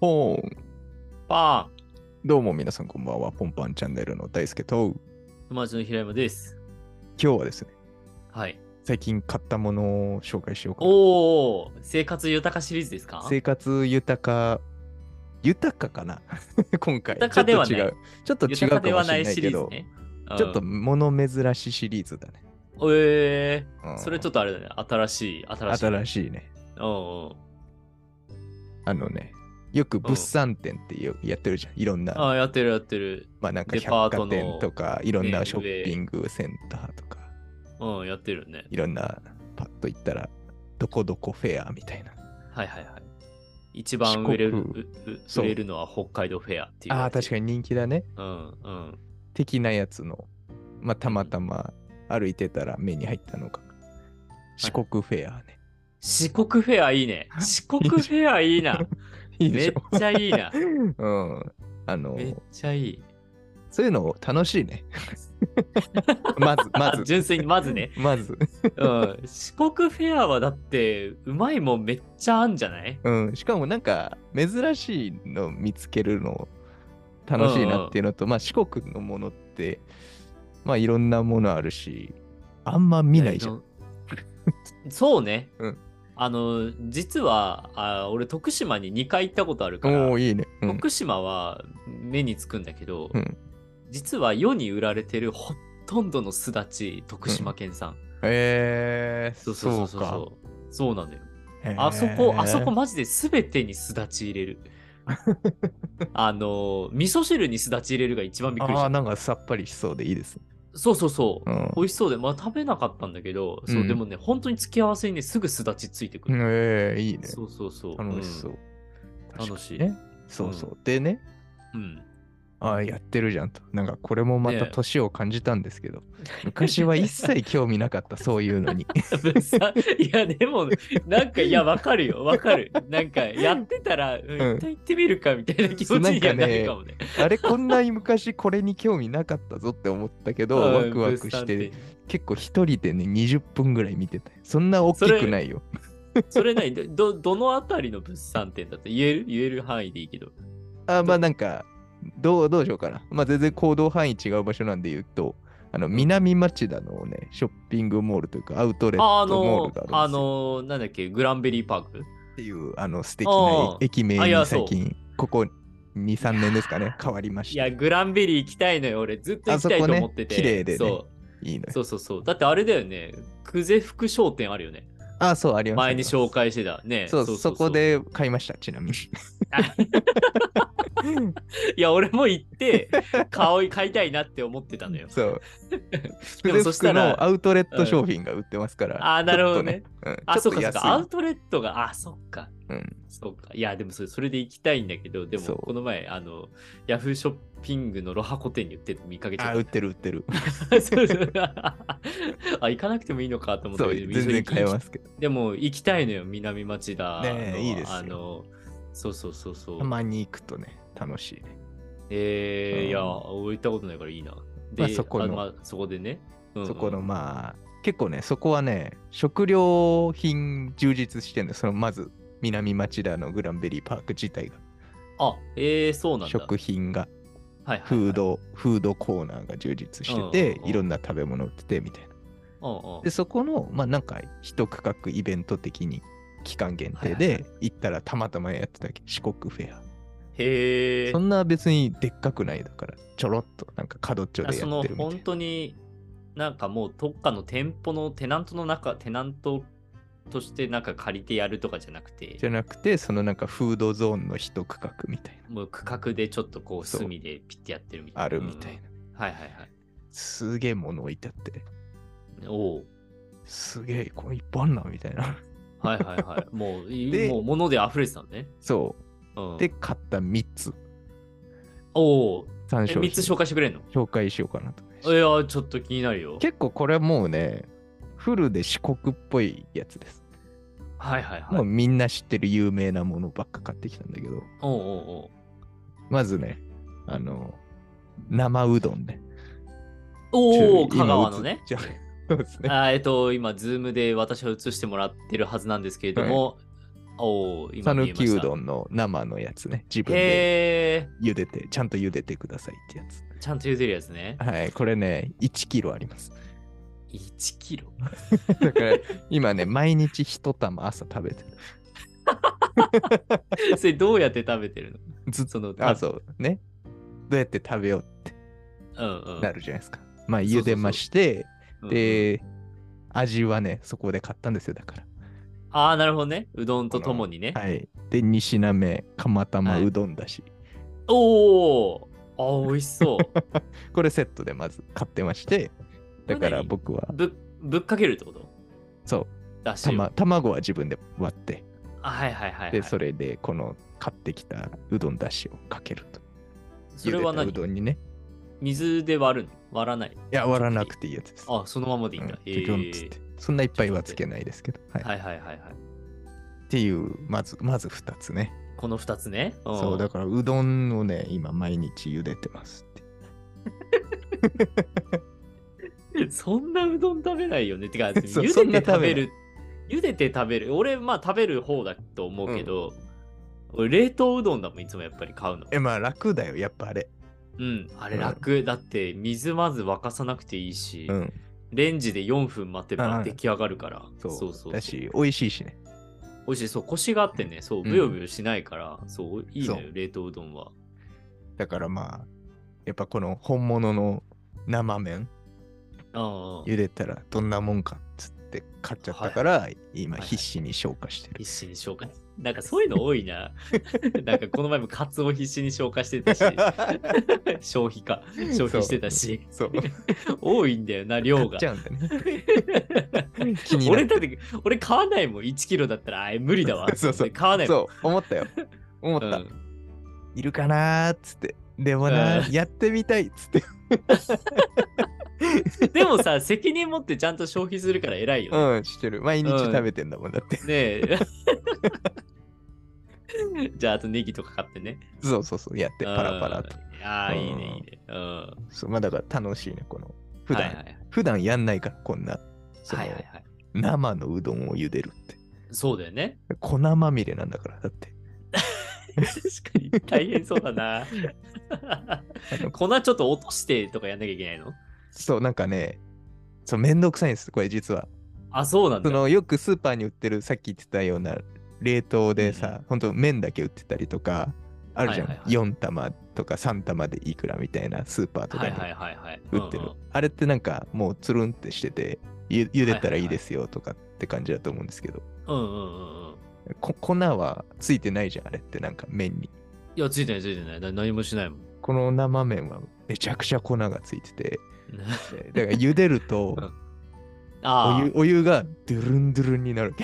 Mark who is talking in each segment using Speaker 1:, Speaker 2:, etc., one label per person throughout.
Speaker 1: ポーン。
Speaker 2: パン
Speaker 1: どうも皆さんこんばんは。ポンパンチャンネルの大輔と、
Speaker 2: 友達の平山です。
Speaker 1: 今日はですね、
Speaker 2: はい。
Speaker 1: 最近買ったものを紹介しようかな。
Speaker 2: おー、生活豊かシリーズですか
Speaker 1: 生活豊か、豊かかな 今回。
Speaker 2: 豊かではない
Speaker 1: ちょっと違う。ちょっと違うか
Speaker 2: 豊かで
Speaker 1: も
Speaker 2: は
Speaker 1: し
Speaker 2: な
Speaker 1: れ
Speaker 2: い
Speaker 1: ない
Speaker 2: シ
Speaker 1: け
Speaker 2: リー
Speaker 1: ど
Speaker 2: ズ、ね。
Speaker 1: ちょっと
Speaker 2: うん
Speaker 1: 物珍しいシリーズだね。
Speaker 2: え
Speaker 1: う
Speaker 2: ー、
Speaker 1: ん
Speaker 2: それちょっとあれだね。新しい、新しい。
Speaker 1: 新しいね。
Speaker 2: うんうん。
Speaker 1: あのね、よく物産展ってよやってるじゃん。いろんな、
Speaker 2: あー、やってるやってる。
Speaker 1: まあなんか
Speaker 2: デパー
Speaker 1: 百
Speaker 2: ト
Speaker 1: 貨
Speaker 2: の
Speaker 1: 店とか、いろんな
Speaker 2: ね
Speaker 1: ショッピングセンターとか。
Speaker 2: うん、やってるね。
Speaker 1: いろんなパッと行ったら、どこどこフェアみたいな。
Speaker 2: はいはいはい。一番売れる
Speaker 1: 四
Speaker 2: う
Speaker 1: 国
Speaker 2: う
Speaker 1: そう
Speaker 2: 売れるのは北海道フェアっていう。
Speaker 1: ああ、確か
Speaker 2: に。
Speaker 1: に人気だね。
Speaker 2: うんうん。
Speaker 1: 的なやつの、まあ、たまたま歩いてたら目に入ったのが、四国フェアね。
Speaker 2: 四国フェアいい ね。四国フェアいいな。
Speaker 1: い い
Speaker 2: め
Speaker 1: で
Speaker 2: っ
Speaker 1: しょ
Speaker 2: ちゃいいな。
Speaker 1: うん。あの、
Speaker 2: めっちゃいい。
Speaker 1: そういうの楽しい ね。まず、ま
Speaker 2: あ
Speaker 1: ず、
Speaker 2: 純粋にまずね。
Speaker 1: まず、
Speaker 2: うん、四国フェアはだってうまいもんめっちゃあんじゃない
Speaker 1: うん。しかもなんか、珍しいの見つけるの楽しいなっていうのと、まあ、四国のものって、まあ、いろんなものあるし、あんま見ないじゃん。
Speaker 2: んそうね、
Speaker 1: うん
Speaker 2: あの実はあ俺徳島に2回行ったことあるから
Speaker 1: おおー、いいね。うん
Speaker 2: 徳島は目につくんだけど、
Speaker 1: うん
Speaker 2: 実は世に売られてるほとんどのすだち徳島県産、
Speaker 1: えー、
Speaker 2: そうそうそうそうそうそうなのよ
Speaker 1: そうか
Speaker 2: あそこ、
Speaker 1: へー
Speaker 2: あそこマジで全てにすだち入れる あの味噌汁にすだち入れるが一番びっくりし
Speaker 1: あー
Speaker 2: た
Speaker 1: なんかさっぱりしそうでいいですね。
Speaker 2: そうそうそう、
Speaker 1: うん
Speaker 2: 美味しそうで、まあ食べなかったんだけど、そうう、
Speaker 1: ん
Speaker 2: でもね、本当に付き合わせにね、すぐすだちついてくる。
Speaker 1: えー、いいね。
Speaker 2: そうそうそう。
Speaker 1: 楽しそう。
Speaker 2: ん楽し
Speaker 1: 確
Speaker 2: い
Speaker 1: かにね。そうそう。でね、
Speaker 2: うん。うん。
Speaker 1: あーやってるじゃんと。なんかこれもまた
Speaker 2: ねえ
Speaker 1: 年を感じたんですけど、昔は一切興味なかっ た、そういうのに。
Speaker 2: 物産 いや、でも、なんか、いや、わかるよ、わかる。なんか、やってたら、うん
Speaker 1: うん
Speaker 2: 一回行ってみるかみたいな気持ちにはなるかもね。
Speaker 1: あれ、こんなに昔これに興味なかったぞって思ったけど、
Speaker 2: うん
Speaker 1: ワクワクして、。結構一人でね、20分ぐらい見てたよ。そんな大きくないよ。
Speaker 2: 物産展それない、ど、どのあたりの物産展だって言える言える範囲でいいけど。
Speaker 1: あまあなんかどうどうしようかな。まあ全然行動範囲違う場所なんで言うと、あの南町田のね、ショッピングモールというかアウトレ
Speaker 2: ああ
Speaker 1: ットモールがあ
Speaker 2: の
Speaker 1: るんで、すよ
Speaker 2: あの、なんだっけ、グランベリーパーク
Speaker 1: っていうあの素敵
Speaker 2: あ
Speaker 1: な
Speaker 2: あ
Speaker 1: 駅名
Speaker 2: あいや
Speaker 1: に最近、ここ2、3年ですかね、変わりま
Speaker 2: い
Speaker 1: した。
Speaker 2: や、
Speaker 1: い
Speaker 2: グランベリー行きたいのよ、俺。ずっと行きたいと思ってて。
Speaker 1: あそこね綺麗でね
Speaker 2: そう。
Speaker 1: いのよ。
Speaker 2: そうそうそう。だってあれだよね。久世福商店あるよね。
Speaker 1: あ、そう、あります。
Speaker 2: 前に紹
Speaker 1: あ
Speaker 2: 介してた。ね
Speaker 1: りますそうそこ。で買いました、ちなみに。
Speaker 2: いや、俺も行って、買い買いたいなって思ってたのよ。
Speaker 1: そう。
Speaker 2: で
Speaker 1: でも
Speaker 2: もそ
Speaker 1: そ
Speaker 2: したら
Speaker 1: のアウトレット商品が売ってますから。
Speaker 2: あーなるほどね
Speaker 1: ちょっと。うん
Speaker 2: あ、
Speaker 1: ち
Speaker 2: そ
Speaker 1: ょ
Speaker 2: っ
Speaker 1: っ
Speaker 2: か
Speaker 1: と安
Speaker 2: そっ
Speaker 1: い
Speaker 2: か。アウトレットが、あ、そっか。
Speaker 1: うん
Speaker 2: そうか。いや、でもそれそれで行きたいんだけど、でも
Speaker 1: そう
Speaker 2: この前、あの、ヤフーショッピングのロハコ店に売ってるの見かけちゃ
Speaker 1: あ、
Speaker 2: っ
Speaker 1: 売ってる売ってる。
Speaker 2: た。 そうそうあ、行かなくてもいいのかと思った
Speaker 1: そう、
Speaker 2: けど、でも
Speaker 1: 全然買え
Speaker 2: 行
Speaker 1: ま
Speaker 2: き
Speaker 1: すけど。
Speaker 2: でも行きたいのよ、南町田の。
Speaker 1: ねえいいですよ
Speaker 2: あの、そうそうそうそう。
Speaker 1: たまに行くとね、楽しいね。
Speaker 2: えー
Speaker 1: うん
Speaker 2: いや、俺行ったことないからいいな。で、
Speaker 1: まあそこの
Speaker 2: あまあそこでね。うんうん
Speaker 1: そこのまあ結構ねそこはね食料品充実してんのそのまず南町田のグランベリーパーク自体が
Speaker 2: あ、えー、そうなんだ。
Speaker 1: 食品が
Speaker 2: はいはいはい
Speaker 1: フー。ド、フードコーナーが充実してて、
Speaker 2: うんうんうん
Speaker 1: いろんな食べ物売っててみたいな
Speaker 2: うんうん
Speaker 1: でそこのまあなんか一区画イベント的に期間限定
Speaker 2: はいはい
Speaker 1: で行ったらたまたまやってたけ四国フェア、
Speaker 2: へえ。
Speaker 1: そんな別にでっかくないだからちょろっとなんか角っちょ
Speaker 2: あ
Speaker 1: でや
Speaker 2: そ
Speaker 1: っ
Speaker 2: の
Speaker 1: てるみた
Speaker 2: 本
Speaker 1: いな
Speaker 2: 当になんかもうどっかの店舗のテナントの中、テナントとしてなんか借りてやるとかじゃなくて
Speaker 1: じ、ゃなくてそのなんかフードゾーンの一区画みたい
Speaker 2: もう区画でちょっとこう
Speaker 1: そう
Speaker 2: 隅でピッてやってるみたい
Speaker 1: な
Speaker 2: な。
Speaker 1: あるみたいな、
Speaker 2: うんはいはいはい。
Speaker 1: すげえ物置いてあって、
Speaker 2: おう
Speaker 1: すげえ、これいっぱいあんな、みたいな。
Speaker 2: はいはいはい。もう、い
Speaker 1: で
Speaker 2: もう物で溢れてたのね。
Speaker 1: そ
Speaker 2: うん、
Speaker 1: う。で、、買った3つ。
Speaker 2: おう
Speaker 1: 3
Speaker 2: え
Speaker 1: 商
Speaker 2: 3つ紹
Speaker 1: 品
Speaker 2: 介してくれんの
Speaker 1: 紹介しようかなと思いま
Speaker 2: い
Speaker 1: す。
Speaker 2: やー、ちょっと気になるよ。
Speaker 1: 結構これはもうね、フルで四国っぽいやつです。
Speaker 2: はいはいはい。
Speaker 1: もうみんな知ってる有名なものばっか買ってきたんだけど、
Speaker 2: おうおう
Speaker 1: まずね、あの、生うどんね。
Speaker 2: おうおう
Speaker 1: ち
Speaker 2: 香
Speaker 1: ょ
Speaker 2: 川のね。。
Speaker 1: 今映っちゃう そうですね。
Speaker 2: あーえっと、今、ズームで私は映してもらってるはずなんですけれども、おお、今
Speaker 1: 讃
Speaker 2: 見えま
Speaker 1: 岐
Speaker 2: した
Speaker 1: うどんの生のやつね。自分で
Speaker 2: へ
Speaker 1: 茹でて、ちゃんと茹でてくださいってやつ。
Speaker 2: え、ちゃんと茹でるやつね。
Speaker 1: はい、これね、1キロあります。
Speaker 2: 1キロ
Speaker 1: だから、今ね、毎日一玉朝食べてる。
Speaker 2: それどうやって食べてるの
Speaker 1: ずっと、
Speaker 2: その
Speaker 1: あ、そう、ね。どうやって食べようって
Speaker 2: うんうん。
Speaker 1: なるじゃないですか。まあ、
Speaker 2: うそう
Speaker 1: 茹
Speaker 2: そう
Speaker 1: でまして、
Speaker 2: うんうん、
Speaker 1: で、味はね、そこで買ったんですよ、だから。
Speaker 2: ああ、なるほどね。うどんとともにね。
Speaker 1: はい。で、2品目、釜玉
Speaker 2: はいう
Speaker 1: どんだし。
Speaker 2: おお、あー美味しそう。
Speaker 1: これセットでまず買ってまして、 だから僕は、
Speaker 2: ぶぶっかけるってこと
Speaker 1: そう、
Speaker 2: だしを。
Speaker 1: たま、卵は自分で割って、
Speaker 2: あはいはいはい、はい。
Speaker 1: で、それでこの買ってきたうどんだしをかけると。
Speaker 2: それ
Speaker 1: 茹
Speaker 2: は
Speaker 1: でたう
Speaker 2: 何
Speaker 1: どんにね。
Speaker 2: 水で割るの割らない。
Speaker 1: いや、割らなくていいやつです。
Speaker 2: あそのままでいいんだ。
Speaker 1: うん、ぴょんっつって。そんないっぱいはつけないですけど。はい。
Speaker 2: はいはいはいはい。
Speaker 1: っていう、まず、まず2つね。
Speaker 2: この2つね。ん
Speaker 1: そう、だからうどんをね、今毎日茹でてますって。
Speaker 2: そんなうどん食べないよね。てか、
Speaker 1: そう
Speaker 2: 茹
Speaker 1: そんな
Speaker 2: でて食べ
Speaker 1: 食べな
Speaker 2: る。茹でて食べる。俺、まあ食べる方だと思うけど、俺冷凍うどんだもん、いつもやっぱり買うの。
Speaker 1: え、まあ楽だよ、やっぱあれ。
Speaker 2: うん、あれ楽。だって、水まず沸かさなくていいし、
Speaker 1: うん。
Speaker 2: レンジで4分待て
Speaker 1: う
Speaker 2: ば
Speaker 1: ん
Speaker 2: 出来上がるから。
Speaker 1: そう
Speaker 2: そうそう
Speaker 1: だし、美味しいしね。
Speaker 2: 美味しい。そう、コシがあってね、そう、
Speaker 1: うん
Speaker 2: ブヨブヨしないから、そう、いいの
Speaker 1: そ
Speaker 2: よ、冷凍うどんは。
Speaker 1: だからまあ、やっぱこの本物の生麺、
Speaker 2: うんうん。
Speaker 1: 茹でたらどんなもんかっつって買っちゃったから、今必死に消化してる。
Speaker 2: 必死に消化。なんかそういうの多 いな。なんかこの前もカツオ必死に消化してたし、消費か。消費してたし。
Speaker 1: そう。
Speaker 2: 多いんだよな、量
Speaker 1: 買
Speaker 2: が
Speaker 1: っち。ゃうんだ ね。気にな
Speaker 2: 俺
Speaker 1: る。
Speaker 2: だって、俺買わないもん、1キロだったら、あ無理だわ。
Speaker 1: そうそう
Speaker 2: 買わないもん。
Speaker 1: そう、思ったよ。思った。
Speaker 2: うん
Speaker 1: いるかなーっつって。でもなー、
Speaker 2: う
Speaker 1: やってみたいっつって。
Speaker 2: でもさ、責任持ってちゃんと消費するから偉いよね。
Speaker 1: うん、してる。毎日
Speaker 2: うん
Speaker 1: 食べてんだもんだって。
Speaker 2: ねえ。 じゃあ、あとネギとか買ってね。
Speaker 1: そうそうそう、やってパラパラと。
Speaker 2: うん。ああ、い
Speaker 1: う
Speaker 2: いね、
Speaker 1: ん
Speaker 2: いいね。うん。
Speaker 1: そうまあだから楽しいね、この。普
Speaker 2: はい
Speaker 1: 段、
Speaker 2: はいはい。
Speaker 1: 普段やんないから、こんな。その
Speaker 2: はいはいはい。
Speaker 1: 生のうどんを茹でるって。
Speaker 2: そうだよね。
Speaker 1: 粉まみれなんだから、だって。
Speaker 2: 確かに大変そう だな。
Speaker 1: あの
Speaker 2: 粉ちょっと落としてとかやんなきゃいけないの
Speaker 1: そう、なんかね、そう、めんどくさいんです、これ実は。
Speaker 2: あ、そうなん
Speaker 1: そ
Speaker 2: だ。
Speaker 1: の、よくスーパーに売ってる、さっき言ってたような、冷凍でさ、ほんと麺だけ売ってたりとか、あるじゃん。
Speaker 2: はいはいはい
Speaker 1: 4玉とか3玉でいくらみたいなスーパーと
Speaker 2: は
Speaker 1: か
Speaker 2: い
Speaker 1: に
Speaker 2: はいはいはい。
Speaker 1: 売ってる。
Speaker 2: うんうん
Speaker 1: あれってなんか、もうつるんってしてて、ゆ茹でたらいいですよとかって感じだと思うんですけど、
Speaker 2: うんうんうんうん。
Speaker 1: こ粉はついてないじゃん、あれってなんか麺に。
Speaker 2: いや、ついてないついてない。な何もしな いもん。
Speaker 1: この生麺はめちゃくちゃ粉がついてて、でだから茹でる と、
Speaker 2: うん
Speaker 1: お
Speaker 2: あ
Speaker 1: 湯お湯がドゥルンドゥルンになる。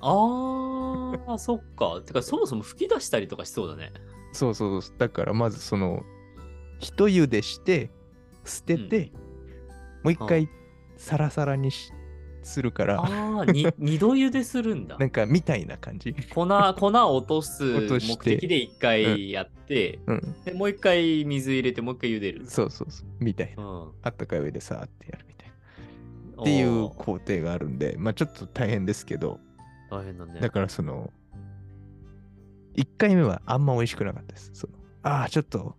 Speaker 2: あ。ああ、そっか。てか、そもそも吹き出したりとかしそうだね。
Speaker 1: そうそうそう。だからまずその、一茹でして、捨てて、もう一回サラサラにしするから、
Speaker 2: ああ、 に二度茹でするんだ。
Speaker 1: なんかみたいな感 じ。
Speaker 2: 粉、粉を落とす
Speaker 1: 落と
Speaker 2: 目
Speaker 1: して
Speaker 2: 的で一回やって、
Speaker 1: うん。
Speaker 2: でもう一回水入れて、もう一回茹でる。
Speaker 1: そうそうそう。みたいな。
Speaker 2: うん。っ
Speaker 1: あったかい上でさーってやるみたいな。っていう工程があるんで、まあちょっと大変ですけど、
Speaker 2: 大変だね。
Speaker 1: だからその、一回目はあんま美味しくなかったです。そのああ、ちょっと、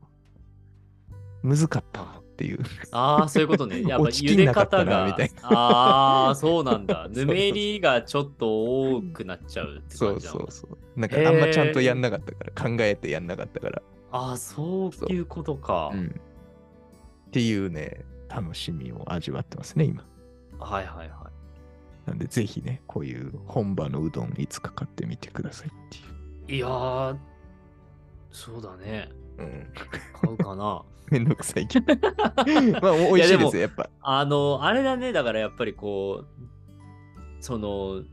Speaker 1: むずかったわっていう。
Speaker 2: ああ、そういうこ とね。やっぱ
Speaker 1: 落ち
Speaker 2: 茹
Speaker 1: きん
Speaker 2: で
Speaker 1: なかった
Speaker 2: 方
Speaker 1: な
Speaker 2: が。
Speaker 1: みたい
Speaker 2: ああ、そうなんだ。
Speaker 1: そうそう
Speaker 2: ぬめりがちょっと多くなっちゃうって
Speaker 1: そ
Speaker 2: 感
Speaker 1: う
Speaker 2: じな
Speaker 1: そ
Speaker 2: の
Speaker 1: うそう。なんかあんまちゃんとやんなかったから、考えてやんなかったから。
Speaker 2: ああ、そういうことか。
Speaker 1: うんっていうね、楽しみを味わってますね、今。
Speaker 2: はいはいは
Speaker 1: なんで、ぜひね、こういう本場のうどんいつか買ってみてくださいっていう。
Speaker 2: い。いやー、そうだね。
Speaker 1: うん、
Speaker 2: 買う かな。
Speaker 1: めんどくさいけど。まあ、お美味しい
Speaker 2: いやで
Speaker 1: で
Speaker 2: も
Speaker 1: すよ、やっぱ。
Speaker 2: あの、あれだね。だからやっぱりこう、その、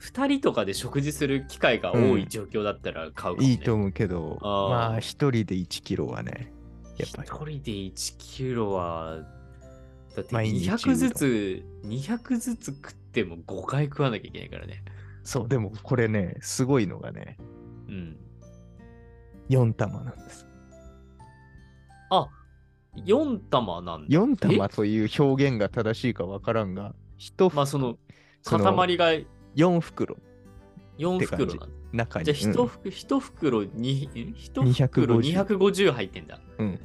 Speaker 2: 2人とかで食事する機会が多い状況だったら買うかも、ね
Speaker 1: いいと思うけど、
Speaker 2: あー
Speaker 1: まあ、一人で1キロはね、やっぱり。
Speaker 2: 一人で1キロは、だって
Speaker 1: 毎日
Speaker 2: 200ずつ、200ずつ食っても5回食わなきゃいけないからね。
Speaker 1: そう、でもこれね、すごいのがね、
Speaker 2: うん。
Speaker 1: 4玉なんです。
Speaker 2: あ、4玉なんだ。
Speaker 1: 4玉という表現が正しいかわからんが、1
Speaker 2: まあその、
Speaker 1: その
Speaker 2: 塊が、
Speaker 1: 4袋
Speaker 2: 4
Speaker 1: って感
Speaker 2: 袋
Speaker 1: じ
Speaker 2: なんだ。
Speaker 1: 中に。
Speaker 2: じゃあ1
Speaker 1: うん
Speaker 2: 袋、一袋に、え一袋
Speaker 1: 250
Speaker 2: 250入ってんだ。
Speaker 1: うん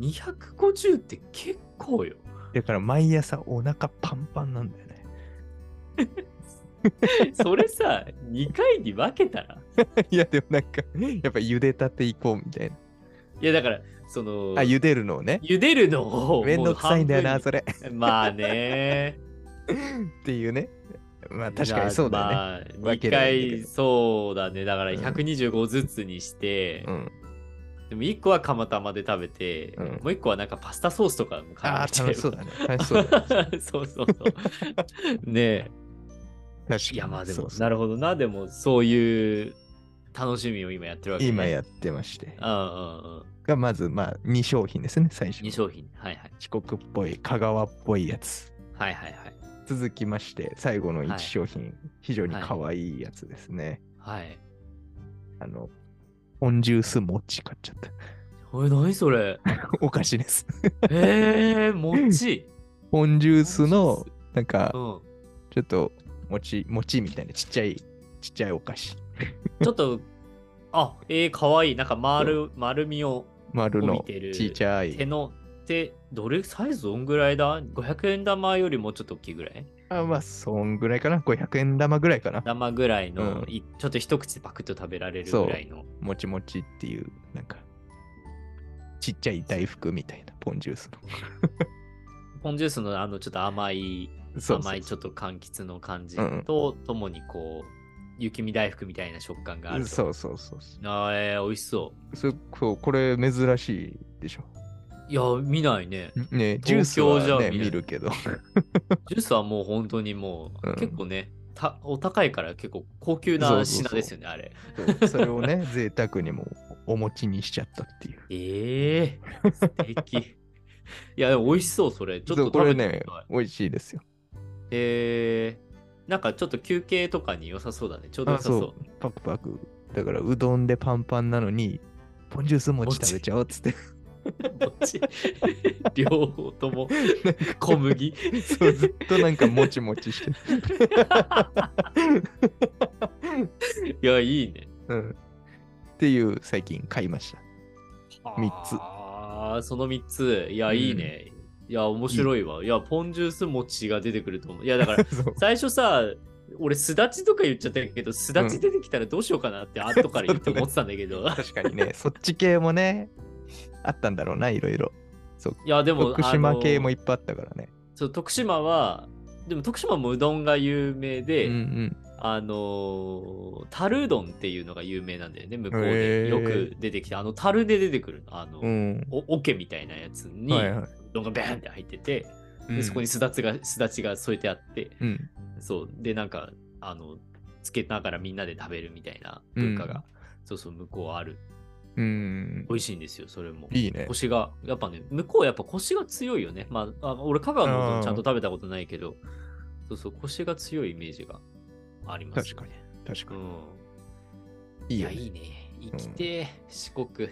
Speaker 2: 250って結構よ。
Speaker 1: だから毎朝お腹パンパンなんだよね。
Speaker 2: それさ、2回に分けたら
Speaker 1: いや、でもなんか、やっぱ茹でたていこうみたいな。
Speaker 2: いやだから、その、
Speaker 1: あ、茹でるのをね。
Speaker 2: 茹でるのを。
Speaker 1: めんどくさいんだよな、
Speaker 2: もう
Speaker 1: それ。
Speaker 2: 半分にまあね。
Speaker 1: っていうね。まあ確かにそうだね。
Speaker 2: ね
Speaker 1: 分け
Speaker 2: 2
Speaker 1: りゃいいんだけ
Speaker 2: 回、
Speaker 1: ど
Speaker 2: そうだね。だから
Speaker 1: うん
Speaker 2: 125ずつにして、
Speaker 1: うん。
Speaker 2: でも1個は釜玉で食べて、
Speaker 1: うん
Speaker 2: もう1個はなんかパスタソースとかも
Speaker 1: ああー、
Speaker 2: 絡
Speaker 1: 楽
Speaker 2: めて
Speaker 1: しそう だね。楽し そうだね。
Speaker 2: そうそうそう。 ねえ。
Speaker 1: 確かに。
Speaker 2: いやまあでも
Speaker 1: そうそう
Speaker 2: なるほどな。でもそういう楽しみを今やってるわけ、ね。
Speaker 1: 今やってまして。
Speaker 2: うんうんうん。
Speaker 1: がまず、まあ2商品ですね、最初
Speaker 2: 2。商品。はいはい。
Speaker 1: 四国っぽい、香川っぽいやつ。
Speaker 2: はいはいはい。
Speaker 1: 続きまして、最後の
Speaker 2: は
Speaker 1: 1
Speaker 2: い
Speaker 1: 商品、非常に
Speaker 2: はい
Speaker 1: 可愛いやつですね。
Speaker 2: はい。
Speaker 1: あの、ポンジュース餅買っちゃった。
Speaker 2: おい、何それ
Speaker 1: お菓子です。
Speaker 2: えー、もっち。
Speaker 1: ポンジュース
Speaker 2: ポン
Speaker 1: の
Speaker 2: ジ、
Speaker 1: なんか
Speaker 2: う、ん。
Speaker 1: ちょっと、餅、餅みたいなちっちゃい、ちっちゃいお菓子。
Speaker 2: ちょっと、あ、えー、かわいい。なんか丸、丸みを
Speaker 1: 丸
Speaker 2: 帯び
Speaker 1: の
Speaker 2: てる
Speaker 1: ちっちゃ
Speaker 2: 手
Speaker 1: い。
Speaker 2: の手、どれ、サイズどんぐらいだ ?500 円玉よりもうちょっと大きいぐらい
Speaker 1: あまあ、そんぐらいかな。500円玉ぐらいかな。
Speaker 2: 玉ぐらいの、
Speaker 1: うん
Speaker 2: いちょっと一口でパクッと食べられるぐらいの。
Speaker 1: もちもちっていう、なんか、ちっちゃい大福みたいな、ポンジュースの。
Speaker 2: ポンジュースのあのちょっと甘い、
Speaker 1: そうそうそう
Speaker 2: 甘いちょっと柑橘の感じ
Speaker 1: うんうん
Speaker 2: と、ともにこう、雪見大福みたいな食感があると。
Speaker 1: そうそうそうそ
Speaker 2: あーえー、美味しそう
Speaker 1: う。そそうこれ珍しいでしょ。。
Speaker 2: いや、見ないね。
Speaker 1: ね、ジュー
Speaker 2: 東
Speaker 1: ス
Speaker 2: 京じゃ
Speaker 1: は、ね、
Speaker 2: 見ない
Speaker 1: 見るけど。
Speaker 2: ジュースはもう本当にもう、
Speaker 1: うん
Speaker 2: 結構ねた、お高いから結構高
Speaker 1: そ
Speaker 2: 級
Speaker 1: うそ
Speaker 2: な
Speaker 1: うそう
Speaker 2: 品ですよね、あれ。
Speaker 1: そうそれを ね、贅沢にもお餅にしちゃったっていう。
Speaker 2: ええー、素敵。いや、でも美味しそう、それ。ちょっと
Speaker 1: そうこれ
Speaker 2: 食べてみた
Speaker 1: ね
Speaker 2: い。、
Speaker 1: 美味しいですよ。
Speaker 2: えー、なんかちょっと休憩とかに良さそうだね。ちょうど良さそう。
Speaker 1: あそうパクパク。だから、うどんでパンパンなのに、ポンジュース餅食べちゃおうっつ って。
Speaker 2: どっち両方とも小麦。
Speaker 1: そうずっとなんかもちもちしてる。
Speaker 2: いや、いいね。
Speaker 1: うん。っていう、最近買いました。三つ
Speaker 2: ああ、その3つ。いや、いいね。いや、面白いわ。いや、ポンジュース餅が出てくると思う。いや、だか ら、
Speaker 1: そう
Speaker 2: 最初さ俺すだちとか言っちゃったけどすだち出てきたらどうしようかなって後から言って思ってたんだけ ど、
Speaker 1: 確かにね、そっち系もね、あったんだろうな、いろいろ。
Speaker 2: いやでも
Speaker 1: 徳島系も
Speaker 2: あ
Speaker 1: い
Speaker 2: の
Speaker 1: っぱいあったからね。
Speaker 2: そう徳島はでも徳島もうどんが有名で、
Speaker 1: うんうん。
Speaker 2: あの樽うどんっていうのが有名なんだよね向こう
Speaker 1: へー
Speaker 2: でよく出てきてあの樽で出てくるのあの、
Speaker 1: うん。
Speaker 2: お桶みたいなやつに、
Speaker 1: はいはいう
Speaker 2: どんがバーンって入ってて、
Speaker 1: う
Speaker 2: で
Speaker 1: ん
Speaker 2: そこにすだちがすだちが添えてあって
Speaker 1: うん。
Speaker 2: そうでなんかあのつけながらみんなで食べるみたいな文化が、そうそう向こうはある
Speaker 1: うん。
Speaker 2: 美味しいんですよそれも
Speaker 1: いいね。
Speaker 2: 腰がやっぱね向こうはやっぱ腰が強いよねまああ俺香川のうどんちゃんと食べたことないけどそうそう腰が強いイメージがありますよね
Speaker 1: 確か
Speaker 2: う
Speaker 1: に。い
Speaker 2: ん
Speaker 1: い
Speaker 2: い
Speaker 1: よ
Speaker 2: や
Speaker 1: ね。
Speaker 2: いいね生きてえ四国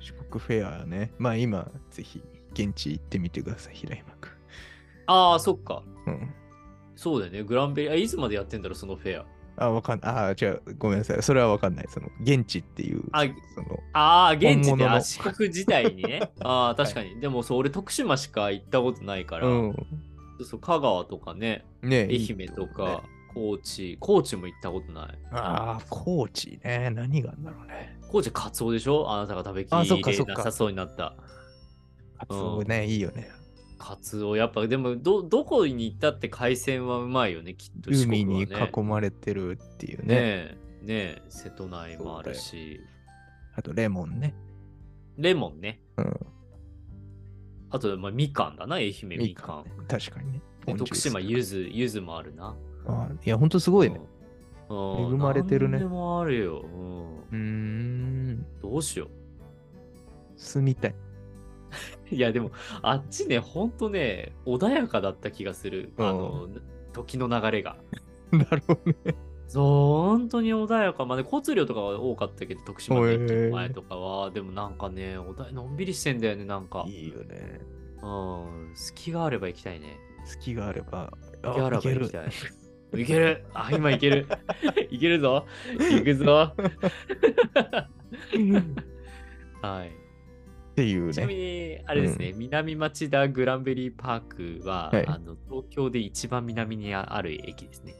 Speaker 1: 四国フェアね。まあ今、ぜひ現地行ってみてください、平山くん。
Speaker 2: ああそっか
Speaker 1: うん。
Speaker 2: そうだよねグランベリーあいつまでやってんだろそのフェア
Speaker 1: あ、わかんない。あ、じゃあごめんなさい。それはわかんない。その、現地っていう、
Speaker 2: あ
Speaker 1: その、
Speaker 2: ああ現地
Speaker 1: 本物
Speaker 2: で
Speaker 1: の
Speaker 2: あ四国自体に ねああ確かに、でもそう俺徳島しか行ったことないから、
Speaker 1: う
Speaker 2: そうそう香川とかね
Speaker 1: ん。ね
Speaker 2: 愛媛とか高知高知も行ったことない
Speaker 1: ああ、高知ね。何があるんだろうね。
Speaker 2: 高知カツオでしょあなたが食べき
Speaker 1: あそっかそ
Speaker 2: れ
Speaker 1: っか
Speaker 2: なさそうになった。
Speaker 1: カツオね、いいよね。
Speaker 2: カツオ、やっぱでもど、どこに行ったって海鮮はうまいよね、きっと四国
Speaker 1: 海
Speaker 2: は、ね。
Speaker 1: に囲まれてるっていう
Speaker 2: ね
Speaker 1: ね。
Speaker 2: え。ねえ、瀬戸内もあるし。
Speaker 1: あと、レモンね。
Speaker 2: レモンね。
Speaker 1: うん
Speaker 2: あと、まあ、みかんだな、愛媛みかん。
Speaker 1: ね確かにね。ポ
Speaker 2: で
Speaker 1: ンジュー
Speaker 2: 徳
Speaker 1: ス
Speaker 2: 島ゆず、ゆずもあるな。
Speaker 1: あーいや、ほんとすごいね。
Speaker 2: うん。うん
Speaker 1: 恵まれてるね
Speaker 2: 何でもあるよ。うん。
Speaker 1: うーん。
Speaker 2: どうし よ
Speaker 1: 住みたい。
Speaker 2: う。いや、でも、あっちね、ほんとね、穏やかだった気がする。あの、時の流れが。
Speaker 1: なるほどね。
Speaker 2: そう、本当に穏やか。まあね、交通量とかは多かったけど、徳島の駅
Speaker 1: へえ
Speaker 2: の前とかは、でもなんかね、おだのんびりしてんだよね、なんか。
Speaker 1: いいよね。
Speaker 2: うん、隙があれば行きたいね。
Speaker 1: 隙があれば、
Speaker 2: 隙があれば
Speaker 1: いけ
Speaker 2: 行
Speaker 1: る
Speaker 2: きたい。いけるあ、今いけるいけるぞいくぞはい。
Speaker 1: ていう
Speaker 2: ちなみ
Speaker 1: ね。
Speaker 2: に、あれですね、南町田グランベリーパークは、
Speaker 1: はい
Speaker 2: あの東京で一番南にある駅ですね。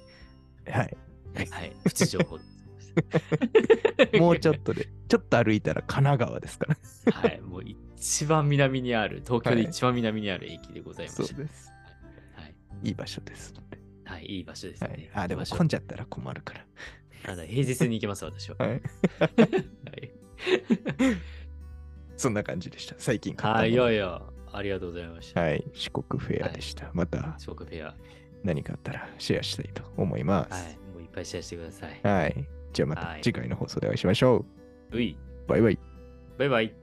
Speaker 1: はい。
Speaker 2: はい、プチ情報で す。
Speaker 1: もうちょっとで、ちょっと歩いたら神奈川ですから。
Speaker 2: はい、もう一番南にある、東京で一番南にある駅でございました。
Speaker 1: そう
Speaker 2: はい、
Speaker 1: です。いい場所です。
Speaker 2: はい、いい場所です
Speaker 1: は
Speaker 2: ね。
Speaker 1: い。あ、でも
Speaker 2: 行きましょう
Speaker 1: 混んじゃったら困るから。
Speaker 2: あの平日に行きます、私は。
Speaker 1: はい。
Speaker 2: はい
Speaker 1: そんな感じでした。最近買った
Speaker 2: はい、い
Speaker 1: もの
Speaker 2: やいや、ありがとうございました。
Speaker 1: はい。四国フェアでした。また
Speaker 2: すごくフェア。は
Speaker 1: 何かあったらシェアしたいと思います。
Speaker 2: い、もういっぱいシェアしてください。
Speaker 1: はい。じゃあまた
Speaker 2: はい
Speaker 1: 次回の放送でお会いしましょう。
Speaker 2: うい、
Speaker 1: バイバイ。
Speaker 2: バイバイ。